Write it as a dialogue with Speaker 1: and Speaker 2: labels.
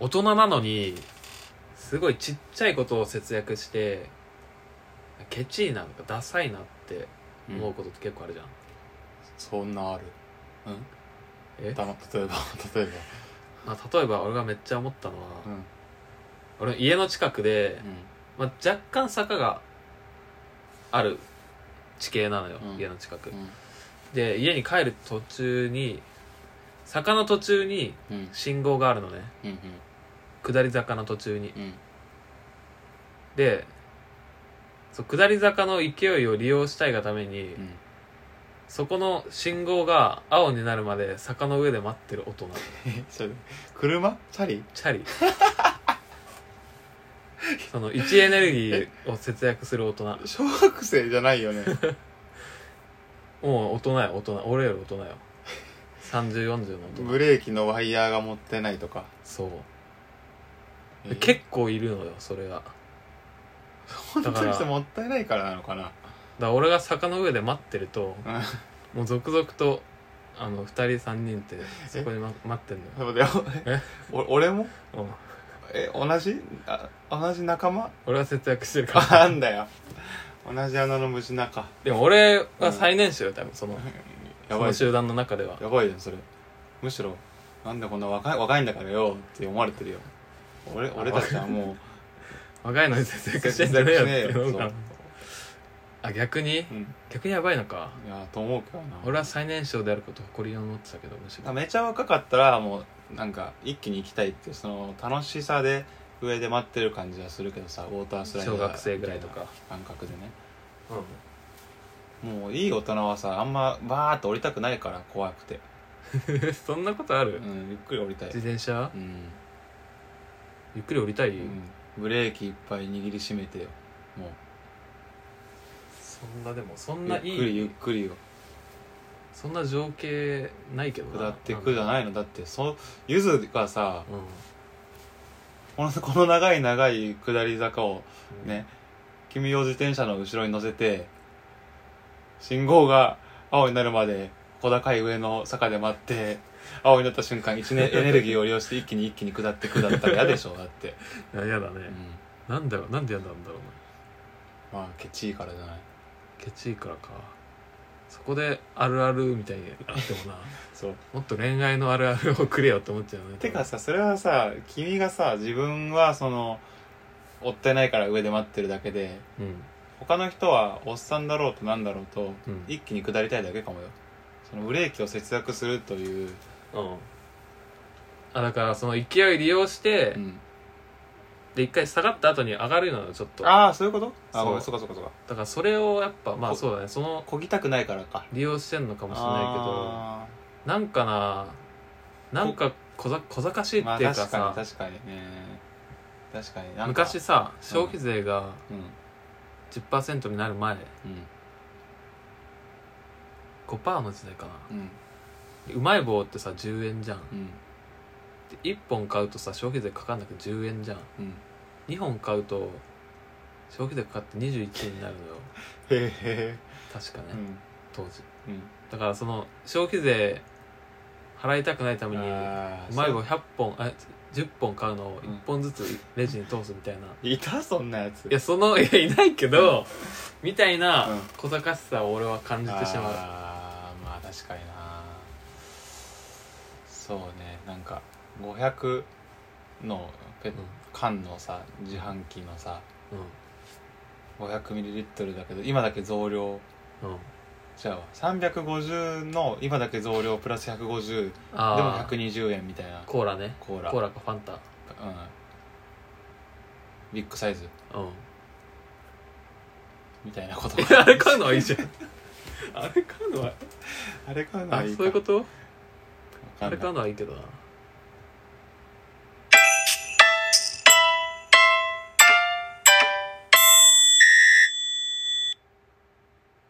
Speaker 1: 大人なのにすごいちっちゃいことを節約してケチいなとかダサいなって
Speaker 2: うん
Speaker 1: 思うことって結構あるじゃん、
Speaker 2: そんなあるうん
Speaker 1: え
Speaker 2: だま例えば 例え
Speaker 1: まあ、例えば俺がめっちゃ思ったのは、
Speaker 2: ばうん
Speaker 1: 俺家の近くで、まあ、若干坂がある地形なのよ、
Speaker 2: うん
Speaker 1: 家の近く
Speaker 2: うん
Speaker 1: で家に帰る途中に坂の途中に
Speaker 2: うんうん
Speaker 1: 信号があるのね
Speaker 2: うん
Speaker 1: 下り坂の途中に
Speaker 2: うん
Speaker 1: でそう下り坂の勢いを利用したいがために、
Speaker 2: うん
Speaker 1: そこの信号が青になるまで坂の上で待ってる大人
Speaker 2: えそれ車チャリ
Speaker 1: チャリ その位置エネルギーを節約する大人
Speaker 2: 小学生じゃないよ ね
Speaker 1: もう大人よ大人俺より大人よ3040の大人
Speaker 2: ブレーキのワイヤーが持ってないとか
Speaker 1: そう
Speaker 2: え
Speaker 1: で結構いるのよそれがだか
Speaker 2: 本当にそれもったいないからなのかな
Speaker 1: ら俺が坂の上で待ってると
Speaker 2: うん
Speaker 1: もう続々とあの2人3人ってそこに、ま、待ってんのよ
Speaker 2: そうだよ
Speaker 1: え
Speaker 2: お俺も
Speaker 1: うん
Speaker 2: え同じあ同じ仲 間
Speaker 1: 俺は節約してるから
Speaker 2: なんだよ同じ穴の虫仲
Speaker 1: でも俺は最年少よ多分その
Speaker 2: や
Speaker 1: そ
Speaker 2: ばい
Speaker 1: の集団の中では
Speaker 2: やばいじゃんそれむしろなんでこんな若い若いんだからよって思われてるよ俺俺たち はも
Speaker 1: 若いのに節約してんじゃねえよって思うから
Speaker 2: 節約しね
Speaker 1: あ逆に
Speaker 2: う、うん、い
Speaker 1: 逆にやばいのか
Speaker 2: やと思うけどな
Speaker 1: 俺は最年少であることを誇りに思ってたけどむしろ
Speaker 2: めちゃ若かったらもうなんか一気に行きたいっていうその楽しさで上で待ってる感じはするけどさウォータースライダー
Speaker 1: 小学生ぐらいとか
Speaker 2: 感覚でねもういい大人はさあんまバーッと降りたくないから怖くて、
Speaker 1: うん そんなことある、
Speaker 2: うん、ゆっくり降りたい、
Speaker 1: 自転車
Speaker 2: うん
Speaker 1: ゆっくり降りたい、
Speaker 2: うんブレーキいっぱい握りしめてよも
Speaker 1: そんなでもそんな
Speaker 2: うゆっく
Speaker 1: い
Speaker 2: り
Speaker 1: い
Speaker 2: ゆっくりよ
Speaker 1: そんな情景ないけどな
Speaker 2: 下ってくじゃないいのだってそゆずがさ
Speaker 1: うん、
Speaker 2: このこの長い長い下り坂を
Speaker 1: うん
Speaker 2: ね君用自転車の後ろに乗せて信号が青になるまで小高い上の坂で待って青になった瞬間一 年エネルギーを利用して一気に一気に下って下ったら嫌で しょだって、
Speaker 1: いや嫌だ
Speaker 2: う
Speaker 1: ね
Speaker 2: ん、
Speaker 1: なんだろうなんで嫌なんだろうな
Speaker 2: まあケチいからじゃない
Speaker 1: ケチいからかそこであるあるみたいにあって もな
Speaker 2: そう
Speaker 1: もっと恋愛のあるあるをくれよって思っちゃうね
Speaker 2: てかさそれはさ君がさ自分はその追ってないから上で待ってるだけで
Speaker 1: うん
Speaker 2: 他の人はおっさんだろうとなんだろうと、
Speaker 1: うん
Speaker 2: 一気に下りたいだけかもよそのブレーキを節約するという、
Speaker 1: うんあだからその勢い利用して、
Speaker 2: うん
Speaker 1: で一回下がった後に上がるのよちょっとだか
Speaker 2: ああそういうことあ
Speaker 1: そう
Speaker 2: ごめんそうかそうかそうから
Speaker 1: それをやっぱまあ
Speaker 2: こ
Speaker 1: そうだねその
Speaker 2: こぎたくないからか
Speaker 1: 利用してんのかもしれな
Speaker 2: あ
Speaker 1: いけどなんかななんかこざ小賢しいっ
Speaker 2: ー
Speaker 1: て
Speaker 2: まあ
Speaker 1: いうか
Speaker 2: 確か
Speaker 1: さ
Speaker 2: に、確かにね確かになんか
Speaker 1: 昔さ消費税が
Speaker 2: うん
Speaker 1: 10%になる前
Speaker 2: うん
Speaker 1: 5%の時代かな
Speaker 2: うん
Speaker 1: うまい棒ってさ10円じゃん
Speaker 2: うん
Speaker 1: で1本買うとさ消費税かかんなくて10円じゃん
Speaker 2: うん
Speaker 1: 2本買うと消費税かかって21円になるのよ
Speaker 2: へーへ
Speaker 1: 確かね、
Speaker 2: ーうん
Speaker 1: 当時
Speaker 2: う
Speaker 1: だからその消費税払いたくないため
Speaker 2: ん
Speaker 1: に
Speaker 2: あー
Speaker 1: うまい
Speaker 2: そ
Speaker 1: 棒100本あ10本買うのを
Speaker 2: うん
Speaker 1: 1本ずつレジに通すみたいな、い
Speaker 2: いたそんなやつ
Speaker 1: やそ のいやいないけどみたいな
Speaker 2: うん
Speaker 1: 小賢しさを俺は感じてしまう
Speaker 2: あーまあ確かになそうねなんか500のペッ
Speaker 1: うん
Speaker 2: 缶のさ自販機のさ
Speaker 1: う
Speaker 2: 500ml だけど今だけ増量
Speaker 1: んうん
Speaker 2: 違うわ350の今だけ増量プラス150でも
Speaker 1: ああ
Speaker 2: 120円みたいな
Speaker 1: コーラね
Speaker 2: コーラ
Speaker 1: コーラかファンタ
Speaker 2: うん、ビッグサイズ
Speaker 1: うん
Speaker 2: みたいなこと
Speaker 1: あれ買うの はいい じゃんあれ買うのは
Speaker 2: あれか
Speaker 1: あ
Speaker 2: ないいか
Speaker 1: そういうこと
Speaker 2: わかん
Speaker 1: あ
Speaker 2: な
Speaker 1: れ
Speaker 2: い
Speaker 1: 買うのはいいけどな